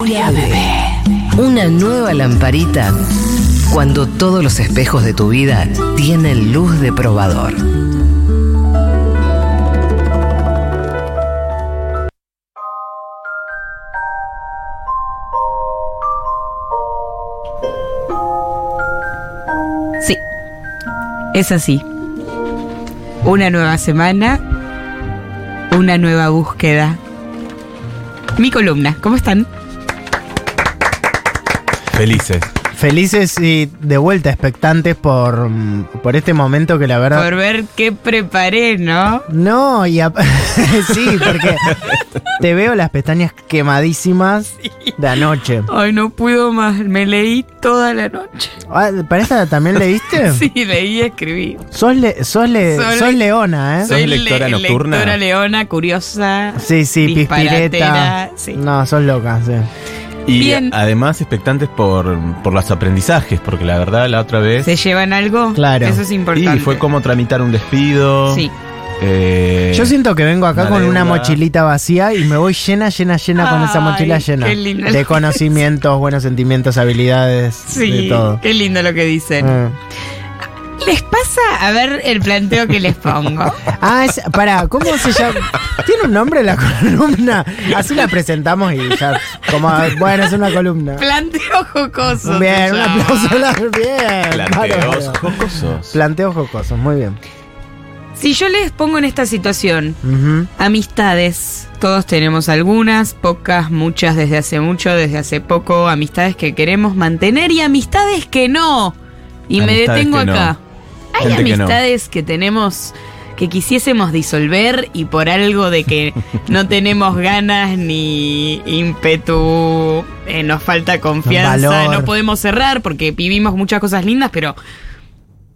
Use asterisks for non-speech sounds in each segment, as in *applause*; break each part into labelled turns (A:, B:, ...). A: Julia Bebé.
B: Una nueva lamparita cuando todos los espejos de tu vida tienen luz de probador.
C: Sí, es así. Una nueva semana, una nueva búsqueda. Mi columna, ¿cómo están?
D: Felices.
E: Felices y de vuelta expectantes por, mm, por este momento que la verdad...
C: Por ver qué preparé, ¿no?
E: No, y ap- *laughs* sí, porque te veo las pestañas quemadísimas de anoche.
C: Ay, no puedo más, me leí toda la noche.
E: Ah, ¿Para esta también leíste?
C: *laughs* Sí, leí y escribí.
E: Ah. Sos, le- sos le-
C: Soy
E: sos
C: le-
E: leona, ¿eh?
D: Soy- ¿Sos lectora
C: le-
D: nocturna?
C: Lectora leona, curiosa.
E: Sí, sí,
C: disparatera,
E: pispireta.
C: sí.
E: No, sos loca, sí.
D: Y
C: Bien.
D: además expectantes por, por los aprendizajes, porque la verdad la otra vez...
C: ¿Se llevan algo?
E: Claro.
C: Eso es importante.
D: y fue como tramitar un despido.
C: Sí.
D: eh,
E: Yo siento que vengo acá
D: una
E: con una
D: deuda.
E: mochilita vacía y me voy llena, llena, llena con esa
C: Ay,
E: mochila llena.
C: qué lindo.
E: De conocimientos, buenos sentimientos, habilidades,
C: Sí,
E: de todo.
C: qué lindo lo que dicen.
E: Ah.
C: ¿Les pasa? A ver el planteo que les pongo.
E: Ah, es, pará, ¿cómo se llama? ¿Tiene un nombre la columna? Así la presentamos y ya. Como, bueno, es una columna.
C: planteo jocoso. se
E: Bien, un
C: llama.
E: aplauso. Bien.
D: Planteos
E: bárbaro.
D: jocosos.
E: Planteos jocosos, muy bien.
C: Si yo les pongo en esta situación
E: Ujú.
C: amistades, todos tenemos algunas, pocas, muchas desde hace mucho, desde hace poco, amistades que queremos mantener y amistades que no. Y me
D: Amistades
C: detengo
D: que no.
C: acá. Hay
D: Gente que no.
C: amistades que, tenemos que quisiésemos disolver y por algo de que
D: *laughs*
C: no tenemos ganas ni ímpetu, eh, nos falta confianza,
E: Valor.
C: no podemos cerrar porque vivimos muchas cosas lindas, pero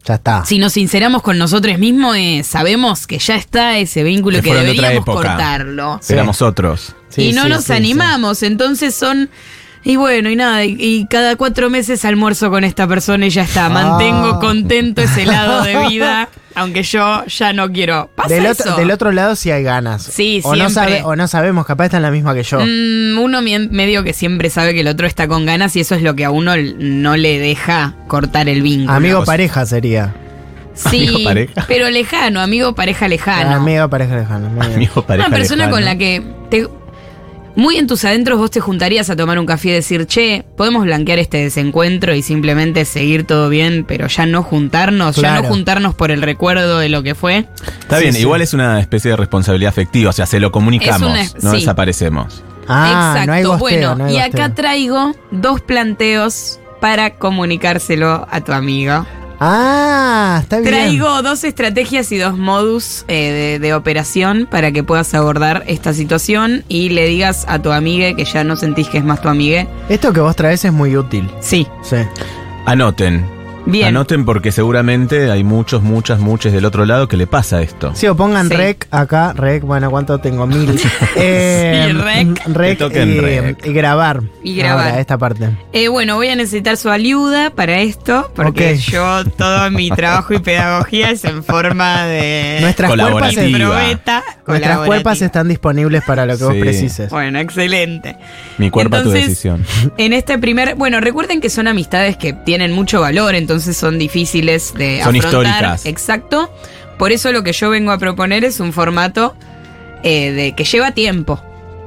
E: Ya está.
C: si nos sinceramos con nosotros mismos, eh, sabemos que ya está ese vínculo
D: Que
C: que
D: fueron de otra
C: deberíamos
D: época.
C: cortarlo.
E: Sí.
D: Éramos otros.
E: Sí,
C: y no
E: sí,
C: nos
E: sí,
C: animamos, entonces son... Y bueno, y nada, y, y cada cuatro meses almuerzo con esta persona y ya está. Mantengo
E: Ah.
C: contento ese lado
E: *laughs*
C: de vida, aunque yo ya no quiero.
E: sí.
C: ¿Pasa
E: Del
C: eso?
E: otro, del otro lado sí hay ganas.
C: Sí,
E: o no,
C: siempre.
E: sabe- o no sabemos, capaz está en la misma que yo.
C: Mm, uno mien- medio que siempre sabe que el otro está con ganas y eso es lo que a uno l- no le deja cortar el vínculo.
E: Amigo
D: cosa.
E: pareja sería.
C: sí,
D: amigo pareja.
C: pero lejano, amigo pareja lejano.
E: Amigo pareja lejano. muy bien.
D: Amigo pareja
C: una persona
D: lejana.
C: con la que te- muy en tus adentros vos te juntarías a tomar un café y decir, che, podemos blanquear este desencuentro y simplemente seguir todo bien, pero ya no juntarnos, ya no
E: Claro.
C: juntarnos por el recuerdo de lo que fue.
D: Está
E: Sí,
D: bien,
E: sí.
D: igual es una especie de responsabilidad afectiva, o sea, se lo comunicamos,
C: Es una-
D: no
C: sí.
D: desaparecemos.
E: Ah,
C: Exacto.
E: no hay gosteo,
C: bueno,
E: no
C: y
E: hay gosteo.
C: acá traigo dos planteos para comunicárselo a tu amigo.
E: Ah, está bien.
C: Traigo dos estrategias y dos modus eh, de, de operación para que puedas abordar esta situación y le digas a tu amiga que ya no sentís que es más tu amiga.
E: Esto que vos traes es muy útil.
C: Sí,
E: Sí.
D: Anoten.
C: bien.
D: Anoten porque seguramente hay muchos, muchas, muchos del otro lado que le pasa esto.
E: Sí, o pongan
C: Sí.
E: rec acá, rec, bueno, ¿cuánto
C: *laughs*
E: tengo? Mil. Eh, mm,
C: Sí, rec.
D: Que toquen
E: y,
D: rec.
E: y grabar.
C: Y grabar.
E: Ahora, esta parte.
C: Eh, bueno, voy a necesitar su ayuda para esto, porque
E: Ok.
C: yo todo mi trabajo y pedagogía es en forma de
E: Nuestras cuerpas,
D: Colaborativa.
C: probeta
E: nuestras
C: colaborativa.
E: cuerpas están disponibles para lo que vos
D: Sí.
E: precises.
C: Bueno, excelente.
D: Mi cuerpo a
C: Entonces-
D: tu decisión.
C: En este primer, bueno, recuerden que son amistades que tienen mucho valor, entonces son difíciles de
D: Son
C: afrontar.
D: históricas.
C: Exacto. Por eso lo que yo vengo a proponer es un formato eh, de que lleva tiempo.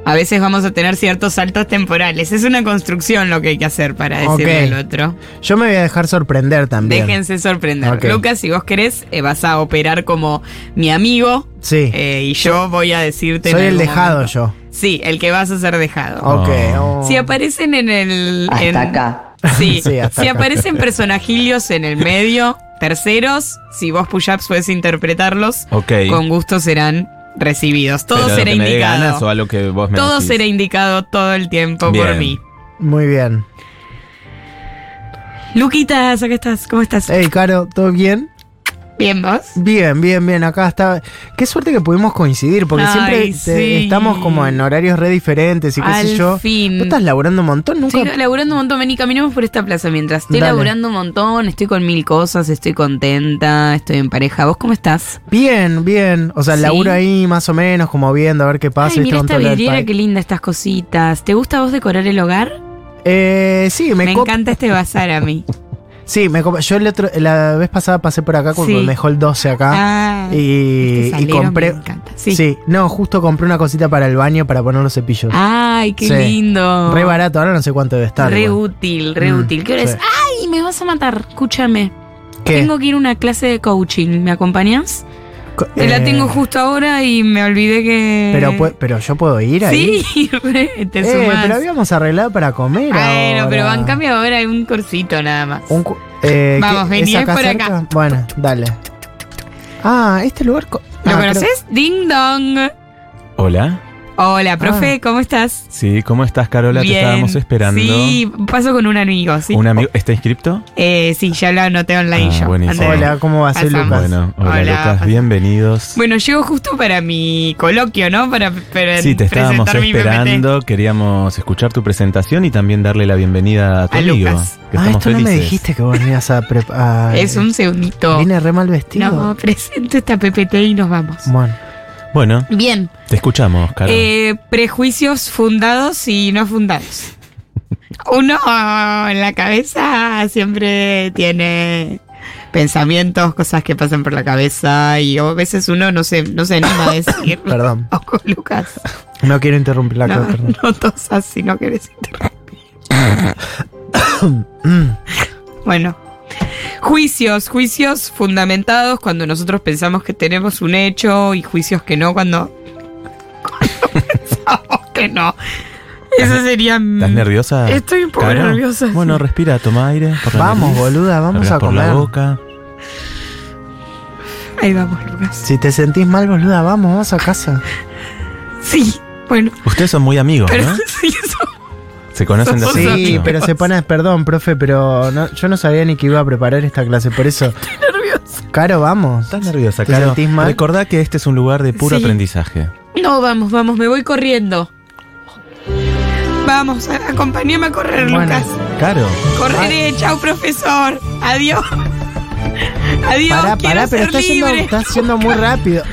C: A veces vamos a tener ciertos saltos temporales. Es una construcción lo que hay que hacer para
E: Ok.
C: decirle al otro.
E: Yo me voy a dejar sorprender también.
C: Déjense sorprender.
E: Ok.
C: Lucas, si vos querés, eh, vas a operar como mi amigo
E: Sí.
C: eh, y yo voy a decirte. en
E: Soy el
C: algún
E: dejado
C: momento.
E: yo.
C: Sí, el que vas a ser dejado.
E: Ok.
D: Oh.
E: oh.
C: Si aparecen en el.
A: Hasta
C: en-
A: acá.
C: Sí,
E: *laughs* Sí, hasta
C: si
E: acá.
C: aparecen personajillos en el medio, terceros, si vos push-ups puedes interpretarlos,
D: Ok.
C: con gusto serán recibidos. Todo
D: Pero lo
C: será
D: que me dé ganas o
C: indicado.
D: algo que vos me
C: Todo
D: decís.
C: será indicado todo el tiempo por
D: Bien.
C: mí.
E: Muy bien.
C: Luquitas, acá estás, ¿cómo estás?
E: Eh, Hey, Caro, ¿todo bien?
C: Bien, vos.
E: Bien, bien, bien. Acá está. Qué suerte que pudimos coincidir, porque
C: Ay,
E: siempre te-
C: sí.
E: estamos como en horarios re diferentes y qué
C: Al
E: sé yo.
C: fin.
E: Tú estás laburando un montón, nunca.
C: Estoy laburando un montón, vení, caminemos por esta plaza mientras. Estoy
E: Dale.
C: laburando un montón, estoy con mil cosas, estoy contenta, estoy en pareja. ¿Vos cómo estás?
E: Bien, bien. O sea,
C: Sí.
E: laburo ahí más o menos, como viendo a ver qué pasa.
C: Ay,
E: ¿viste?
C: mira
E: Con
C: esta
E: todo lo del
C: vidriera,
E: país.
C: qué linda estas cositas. ¿Te gusta vos decorar el hogar?
E: Eh, sí, me,
C: Me,
E: cop-
C: encanta este bazar a mí.
E: Sí, me cop- Yo el otro, la vez pasada pasé por acá cuando
C: Sí.
E: me dejó el 12 acá.
C: Ah,
E: y,
C: este
E: y
C: salero
E: compré.
C: Me encanta. Sí.
E: no, justo compré una cosita para el baño para poner los cepillos.
C: Ay, qué
E: Sí.
C: lindo.
E: Re barato, ahora no sé cuánto debe estar.
C: Ah, Re
E: igual.
C: útil, re
E: Mm,
C: útil. ¿Qué hora
E: sí.
C: es? Ay, me vas a matar. Escúchame.
E: ¿Qué?
C: Tengo que ir a una clase de coaching. ¿Me acompañas?
E: Co-
C: Te la
E: eh,
C: tengo justo ahora y me olvidé que.
E: Pero, pu- pero yo puedo ir ahí.
C: Sí, *laughs* re, te
E: Eh,
C: sumás.
E: pero habíamos arreglado para comer.
C: Bueno, pero
E: ahora.
C: bancame ahora un cursito nada más.
E: Un cu- eh,
C: Vamos,
E: ¿qué-
C: vení,
E: es
C: es por acá.
E: cerca? Bueno, dale. Ah, este lugar. co-
C: ¿Lo
E: ah, creo-
C: conoces? Ding dong.
D: Hola.
E: Ah.
C: Hola, profe, ¿cómo estás?
D: Sí, ¿cómo estás, Carola?
C: Bien.
D: Te estábamos esperando.
C: Sí, paso con un amigo, sí.
D: ¿Un amigo? ¿Está inscripto?
C: Eh, sí, ya lo anoté online
D: Ah,
C: yo.
D: buenísimo.
C: Andrés.
E: Hola, ¿cómo va a ser
C: Pasamos.
E: Lucas?
D: Bueno, hola,
C: Hola.
D: Lucas, bienvenidos.
C: Bueno, llego justo para mi coloquio, ¿no? Para, para
D: sí, te estábamos
C: presentar mi PPT.
D: esperando, queríamos escuchar tu presentación y también darle la bienvenida a tu
C: A
D: amigo.
C: Lucas.
D: que
E: ah,
D: estamos
E: esto no me
D: felices.
E: dijiste que venías a
C: *laughs*
E: preparar.
C: Es un segundito.
E: Viene re mal vestido.
C: No, presento esta PPT y nos vamos.
E: Bueno,
D: Bueno,
C: Bien.
D: te escuchamos, Caro.
C: Eh, prejuicios fundados y no fundados. Uno ah, en la cabeza siempre tiene pensamientos, cosas que pasan por la cabeza y a veces uno no se, no se anima a decir. *laughs*
E: perdón.
C: Ojo, Lucas.
E: No quiero interrumpir la
C: No,
E: cosa,
D: *laughs*
E: perdón.
C: *laughs* no tosas si no querés
E: Mm,
C: Bueno. Juicios, juicios fundamentados cuando nosotros pensamos que tenemos un hecho y juicios que no cuando, cuando *laughs* pensamos que no. Eso sería... mm,
D: ¿Estás nerviosa?
C: Estoy un poco
D: Caro?
C: nerviosa.
D: Bueno, respira, toma aire. por la
E: Vamos,
D: nariz,
E: boluda, vamos
D: habla
E: a
D: por la
E: comer.
D: boca.
C: Ahí vamos, Lucas.
E: Si te sentís mal, boluda, vamos, vamos a casa.
C: Sí, bueno,
D: Ustedes son muy amigos,
C: pero *laughs*
D: ¿no?
C: sí, eso-
D: Se conocen de
C: Somos
D: hace
E: Sí,
D: mucho.
E: pero se pone, perdón, profe, pero no- yo no sabía ni que iba a preparar esta clase,
C: *laughs*
E: por eso. Caro, vamos.
D: Estás nerviosa,
E: ¿Te
D: Caro.
E: sentís mal?
D: Recordá que este es un lugar de puro
C: Sí.
D: aprendizaje.
C: No, vamos, vamos, me voy corriendo. Vamos, a- acompáñame a correr,
E: Bueno.
C: Lucas.
D: Caro,
C: Correré, chao, profesor. Adiós. Adiós,
E: Pará,
C: quiero
E: pará, pero
C: ser
E: estás yendo,
C: libre.
E: estás yendo muy
C: *laughs*
E: rápido.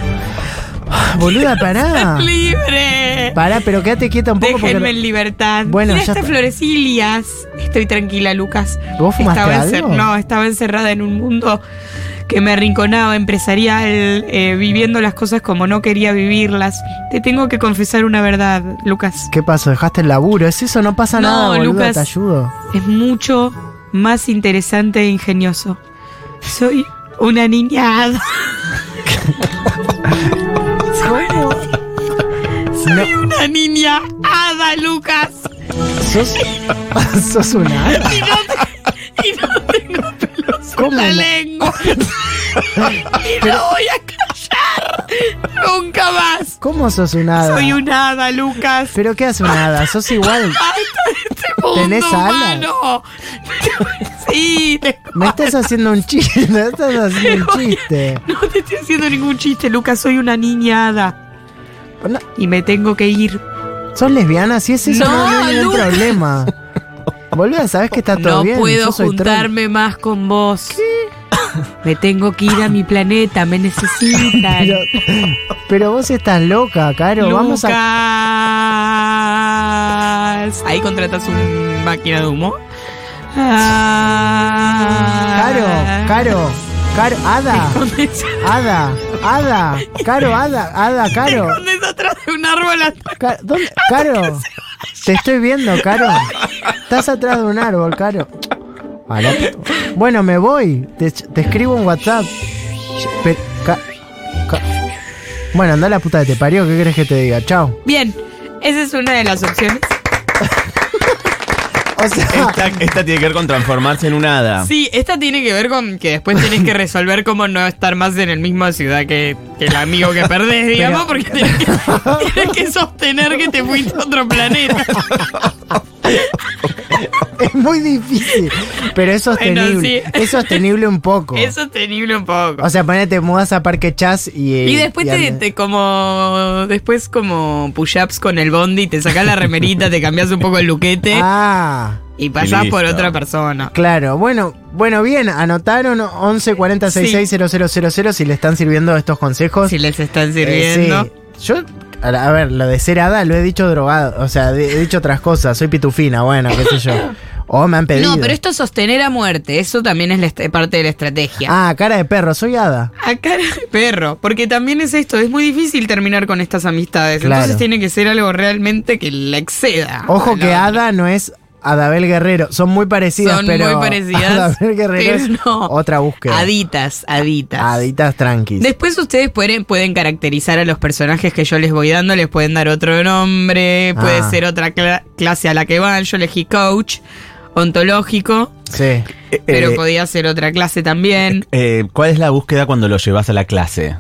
E: Boluda, pará.
C: Libre.
E: Pará, pero quédate quieta un poco
C: Déjenme
E: porque.
C: en libertad.
E: Bueno,
C: Mira
E: ya
C: estas
E: está.
C: florecillas. Estoy tranquila, Lucas.
E: ¿Vos fumaste
C: estaba
E: algo?
C: encer- No, estaba encerrada en un mundo que me arrinconaba, empresarial, eh, viviendo las cosas como no quería vivirlas. Te tengo que confesar una verdad, Lucas.
E: ¿Qué pasó? ¿Dejaste el laburo? Es eso, no pasa
C: No,
E: nada, boluda,
C: Lucas.
E: te ayudo. *laughs*
C: Es mucho más interesante e ingenioso. Soy una niña *laughs* hada.
E: ¿Cómo?
C: Soy una niña hada, Lucas.
E: ¿Sos, sos una hada?
C: Y no, te- y no tengo pelos en la
E: no? *laughs*
C: lengua. Y no voy a callar. Nunca más.
E: ¿Cómo sos una hada?
C: Soy un hada, Lucas.
E: ¿Pero qué hace una hada? Sos igual.
C: Basta de este mundo
E: ¿Tenés alas?
C: humano. *laughs* Sí, te-
E: Me estás haciendo un chiste. *laughs* Me estás haciendo un chiste.
C: no te estoy haciendo ningún chiste, Lucas. Soy una niña hada.
E: No,
C: Y me tengo que ir.
E: ¿Sos lesbiana? Si es eso, no,
C: No,
E: no hay ningún
C: Lucas.
E: problema. Boluda, sabes que está todo
C: No
E: bien.
C: puedo
E: yo soy trans.
C: juntarme más con vos. *laughs* Me tengo que ir a mi planeta, me necesitan.
E: Pero, pero vos estás loca, Caro. Vamos a.
C: Lucas. Ahí contratas un máquina de humo. Ah.
E: Caro,
C: *laughs*
E: Caro, Caro, Ada,
C: Escondes-
E: Ada, Ada, Caro, Ada, Ada, Caro,
C: escondes atrás de un árbol hasta-
E: Ca- ¿dónde- Caro, te estoy viendo, Caro, estás atrás de un árbol, Caro. A la p- Bueno, me voy, te, te escribo un WhatsApp. Pe- Ca- Ca- Bueno, anda la puta que te parió, ¿qué crees que te diga? Chao.
C: Bien, esa es una de las opciones.
E: O sea,
D: Esta, esta tiene que ver con transformarse en un
E: Ah.
D: hada.
C: Sí, esta tiene que ver con que después tenés
E: *laughs*
C: que resolver cómo no estar más en el mismo ciudad que, que el amigo que perdés, digamos,
E: *laughs*
C: porque tenés que, tenés
E: *laughs*
C: que sostener que te fuiste a otro planeta.
E: es muy difícil. Pero es
C: Bueno,
E: sostenible.
C: sí.
E: Es sostenible un poco.
C: Es sostenible un poco.
E: O sea, ponete, mudas a Parque Chas y.
C: Y después te,
E: ande-
C: te como después como push-ups con el bondi, te sacás la remerita, te cambias un poco el luquete
E: Ah,
C: y pasás
D: Y
C: por
D: listo.
C: otra persona.
E: claro. Bueno, bueno, bien. Anotaron 11 40 66 si le están sirviendo estos consejos.
C: Si les están
E: Eh,
C: sirviendo.
E: sí. Yo, a, la- a ver, lo de ser hada lo he dicho drogado. O sea, de- he dicho otras cosas. Soy pitufina, bueno, qué sé yo.
C: *laughs*
E: O me han pedido.
C: No, pero esto es sostener a muerte, eso también es la est- parte de la estrategia.
E: Ah, cara de perro, soy hada.
C: A cara de perro, porque también es esto, es muy difícil terminar con estas amistades,
E: Claro.
C: entonces tiene que ser algo realmente que la exceda.
E: Ojo
C: a la
E: que
C: otra.
E: hada no es Adabel Guerrero. Son muy parecidas,
C: Son
E: *laughs* pero.
C: muy parecidas,
E: Adabel Guerrero
C: pero
E: es
C: no.
E: otra búsqueda.
C: Aditas, aditas.
E: Aditas tranquis.
C: Después ustedes pueden, pueden caracterizar a los personajes que yo les voy dando, les pueden dar otro nombre, puede
E: Ah.
C: ser otra cla- clase a la que van, yo elegí coach ontológico,
E: Sí.
C: pero
D: Eh,
C: podía ser otra clase también.
D: eh, ¿Cuál es la búsqueda cuando lo llevas a la clase?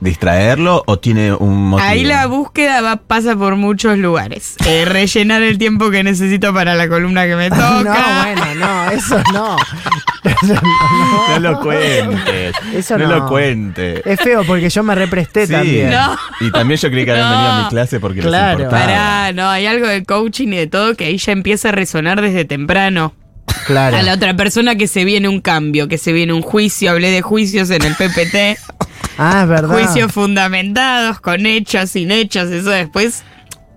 D: ¿Distraerlo o tiene un motivo?
C: Ahí la búsqueda va, pasa por muchos lugares.
E: *laughs*
C: Eh, rellenar el tiempo que necesito para la columna que me toca.
E: No, bueno, no, eso no. Eso
D: *laughs* No
E: no.
D: lo cuentes.
E: Eso
D: no,
E: no.
D: lo cuentes.
E: Es feo porque yo me represté
D: Sí.
E: también.
C: Este No.
D: Y también yo creí que habían
C: No.
D: venido a mi clase porque
E: Claro.
D: les importaba.
C: Pará, Ah, no, hay algo de coaching y de todo que ahí ya empieza a resonar desde temprano.
E: Claro.
C: A la otra persona que se viene un cambio, que se viene un juicio, hablé de juicios en el PPT,
E: Ah, es verdad.
C: juicios fundamentados, con hechos, sin hechos, eso después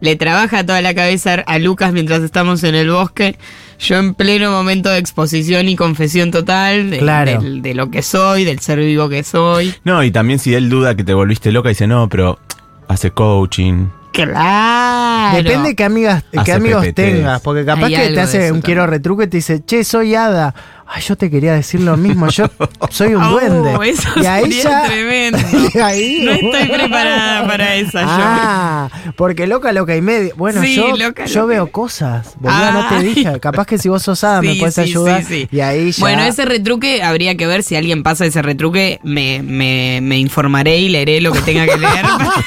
C: le trabaja toda la cabeza a Lucas mientras estamos en el bosque, yo en pleno momento de exposición y confesión total de,
E: Claro.
C: del- de lo que soy, del ser vivo que soy.
D: No, y también si él duda que te volviste loca, dice, no, pero hace coaching.
C: Claro.
E: Depende qué amigas, qué
D: Hace
E: amigos
D: PPTs.
E: tengas, porque capaz
C: Hay
E: que
C: algo
E: te
C: de
E: hace
C: eso
E: un
C: también.
E: quiero retruque y te dice, che, soy hada. Ay, yo te quería decir lo
C: *laughs*
E: mismo, yo soy un
C: Oh,
E: duende.
C: eso
E: y ahí
C: sería
E: ya-
C: tremendo.
E: y *laughs* ahí-
C: No estoy preparada para esa yo.
E: Ah, porque loca, loca y media. Bueno,
C: Sí,
E: yo,
C: loca,
E: yo
C: loca.
E: veo cosas. Boluda, no te
C: Ay.
E: dije. Capaz que si vos sos hada Ah, me
C: Sí,
E: puedes
C: sí,
E: ayudar.
C: sí, sí.
E: Y ahí ya.
C: Bueno, ese retruque habría que ver si alguien pasa ese retruque. Me, me- me informaré y leeré lo que tenga que leer *laughs*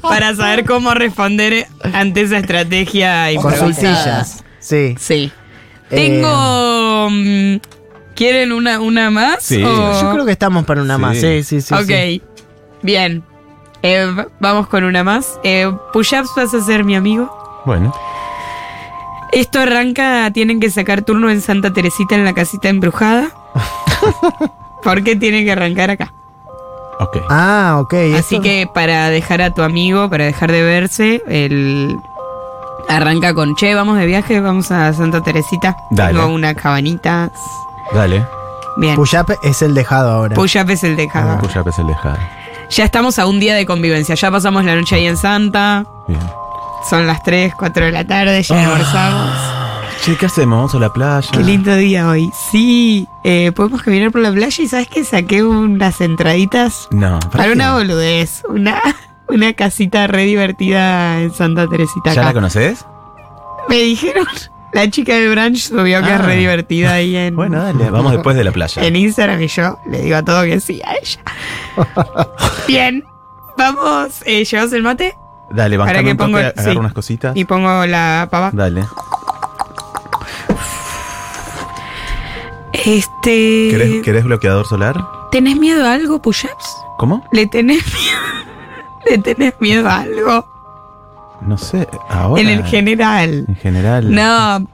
C: para, para saber cómo responder ante esa estrategia improvisada.
E: Consultillas. Sí.
C: Sí.
E: Eh,
C: Tengo. mm, ¿Quieren una, una más?
D: Sí.
C: o-
E: Yo creo que estamos para una
D: Sí.
E: más. Sí, sí, sí.
C: ok.
E: sí.
C: Bien. Eh, v- vamos con una más. Eh, Push-ups vas a ser mi amigo.
D: Bueno.
C: Esto arranca, tienen que sacar turno en Santa Teresita en la casita embrujada. Porque tienen que arrancar acá.
D: Ok.
E: Ah, ok.
C: Así
E: esto-
C: que para dejar a tu amigo, para dejar de verse, él arranca con, che, vamos de viaje, vamos a Santa Teresita.
D: Dale.
C: Tengo unas cabanitas.
D: Dale.
C: Bien. Push,
E: Puyap es el dejado ahora.
C: up es el dejado.
D: Ah, Push up es el dejar.
C: Ya estamos a un día de convivencia, ya pasamos la noche ahí en Santa,
D: Bien.
C: son las 3, 4 de la tarde, ya
D: Ah.
C: almorzamos.
D: Che, ¿qué hacemos? ¿Vamos a la playa?
C: Qué lindo día hoy. Sí, eh, podemos caminar por la playa y sabes que saqué unas entraditas
D: No.
C: para
D: qué?
C: una boludez, una, una casita re divertida en Santa Teresita.
D: ¿Ya
C: acá.
D: la conoces?
C: Me dijeron, la chica de Branch subió que
D: Ah.
C: es re divertida ahí en,
D: Bueno, dale. Vamos después de la playa.
C: en Instagram y yo le digo a todo que sí a ella.
D: *laughs*
C: Bien, vamos, eh, llevas el mate
D: Dale,
C: Para
D: bancame
C: que
D: un toque,
C: pongo el-
D: agarro
C: sí.
D: unas cositas.
C: y pongo la pava.
D: Dale.
C: Este.
D: ¿Querés, querés bloqueador solar?
C: ¿Tenés miedo a algo, push-ups?
D: ¿Cómo?
C: ¿Le tenés miedo? *laughs* ¿Le tenés miedo a algo?
D: No sé. Ahora.
C: En el general.
D: En general.
C: No.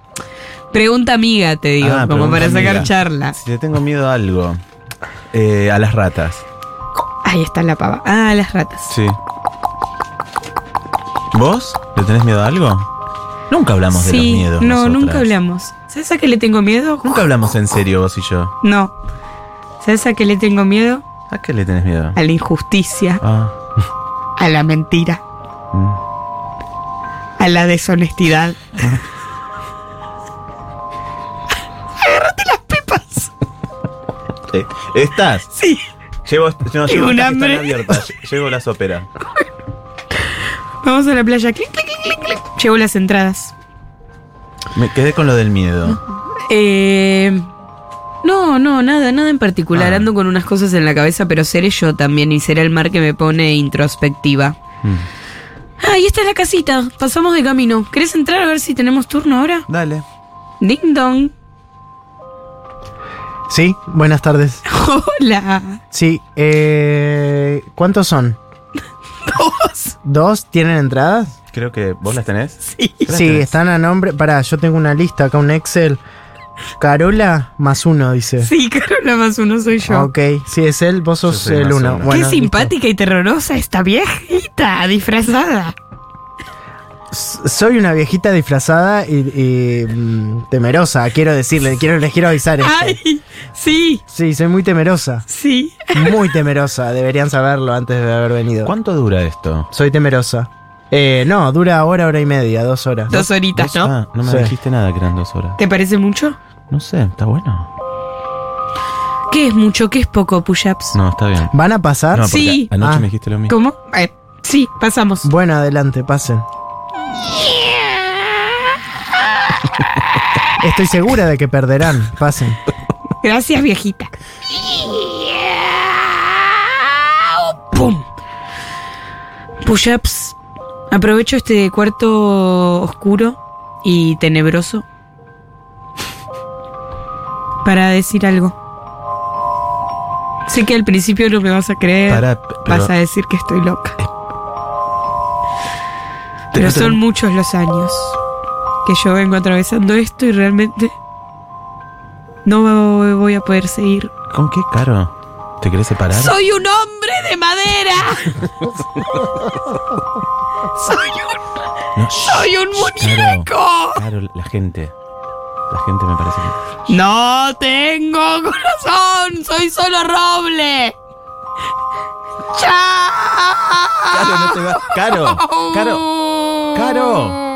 C: Pregunta amiga, te digo,
D: Ah,
C: como
D: pregunta
C: para sacar
D: amiga.
C: charlas.
D: Si le tengo miedo a algo. Eh, a las ratas.
C: Ahí está la pava. Ah, las ratas.
D: Sí. ¿Vos? ¿Le tenés miedo a algo? Nunca hablamos de los
C: Sí,
D: miedos.
C: no,
D: nosotras.
C: nunca hablamos. ¿Sabes a qué le tengo miedo?
D: Nunca hablamos en serio vos y yo.
C: No. ¿Sabes a qué le tengo miedo?
D: ¿A qué le tenés miedo?
C: A la injusticia,
D: Ah.
C: a la mentira,
D: mm.
C: a la deshonestidad. Agárrate las pepas.
D: Eh, ¿Estás?
C: Sí.
D: Llevo, no, llevo
C: un
D: estas que
C: hambre.
D: están abiertas. Llevo la sopera.
C: Vamos a la playa. Clic, clic, clic, clic, clic. Llevo las entradas.
D: Me quedé con lo del miedo.
C: Eh, no, no, nada, nada en particular.
D: Ah.
C: Ando con unas cosas en la cabeza, pero seré yo también y será el mar que me pone introspectiva.
D: Mm.
C: Ah, y esta es la casita. Pasamos de camino. ¿Querés entrar a ver si tenemos turno ahora?
D: Dale.
C: Ding dong. *laughs*
E: Sí, buenas tardes.
C: Hola.
E: Sí, eh, ¿cuántos son?
C: *laughs* Dos.
E: ¿Dos tienen entradas?
D: Creo que vos las tenés.
C: Sí.
D: Las
E: Sí,
D: tenés.
E: están a nombre. Pará, yo tengo una lista acá, un Excel. Carola más uno, dice.
C: Sí, Carola más uno soy yo.
E: Eh. Ok, si es él, vos
D: Yo
E: sos
D: soy
E: el
D: más
E: uno.
D: uno.
E: Bueno,
C: Qué
E: listo.
C: simpática y terrorosa esta viejita disfrazada.
E: S- Soy una viejita disfrazada y, y, mm, temerosa, quiero decirle, quiero, les quiero avisar esto.
C: Ay, sí,
E: Sí, soy muy temerosa.
C: sí.
E: Muy temerosa, deberían saberlo antes de haber venido.
D: ¿Cuánto dura esto?
E: Soy temerosa. Eh, no, dura hora, hora y media, dos horas.
C: Dos horitas,
D: ¿Vos?
C: ¿no?
D: Ah, no me
E: Sí.
D: dijiste nada que eran dos horas.
C: ¿Te parece mucho?
D: No sé, está bueno.
C: ¿Qué es mucho? ¿Qué es poco, push-ups?
D: No, está bien.
E: ¿Van a pasar?
D: No, porque
C: Sí.
D: anoche
E: Ah.
D: me dijiste lo mismo.
C: ¿Cómo? Eh, sí, pasamos.
E: Bueno, adelante, pasen. Estoy segura de que perderán, pasen.
C: Gracias, viejita. ¡Pum! Push-ups. Aprovecho este cuarto oscuro y tenebroso para decir algo. Sé que al principio no me vas a creer.
D: Pará, p- pero-
C: vas a decir que estoy loca. Pero son muchos los años que yo vengo atravesando esto y realmente no voy a poder seguir.
D: ¿Con qué caro? ¿Te querés separar?
C: ¡Soy un hombre de madera! soy, un,
D: No,
C: ¡Soy un
D: shh, Caro,
C: muñeco!
D: Caro, la gente. La gente me parece que.
C: ¡No tengo corazón! ¡Soy solo roble! ¡Chao!
D: Caro, no te va. Caro, Caro, Caro.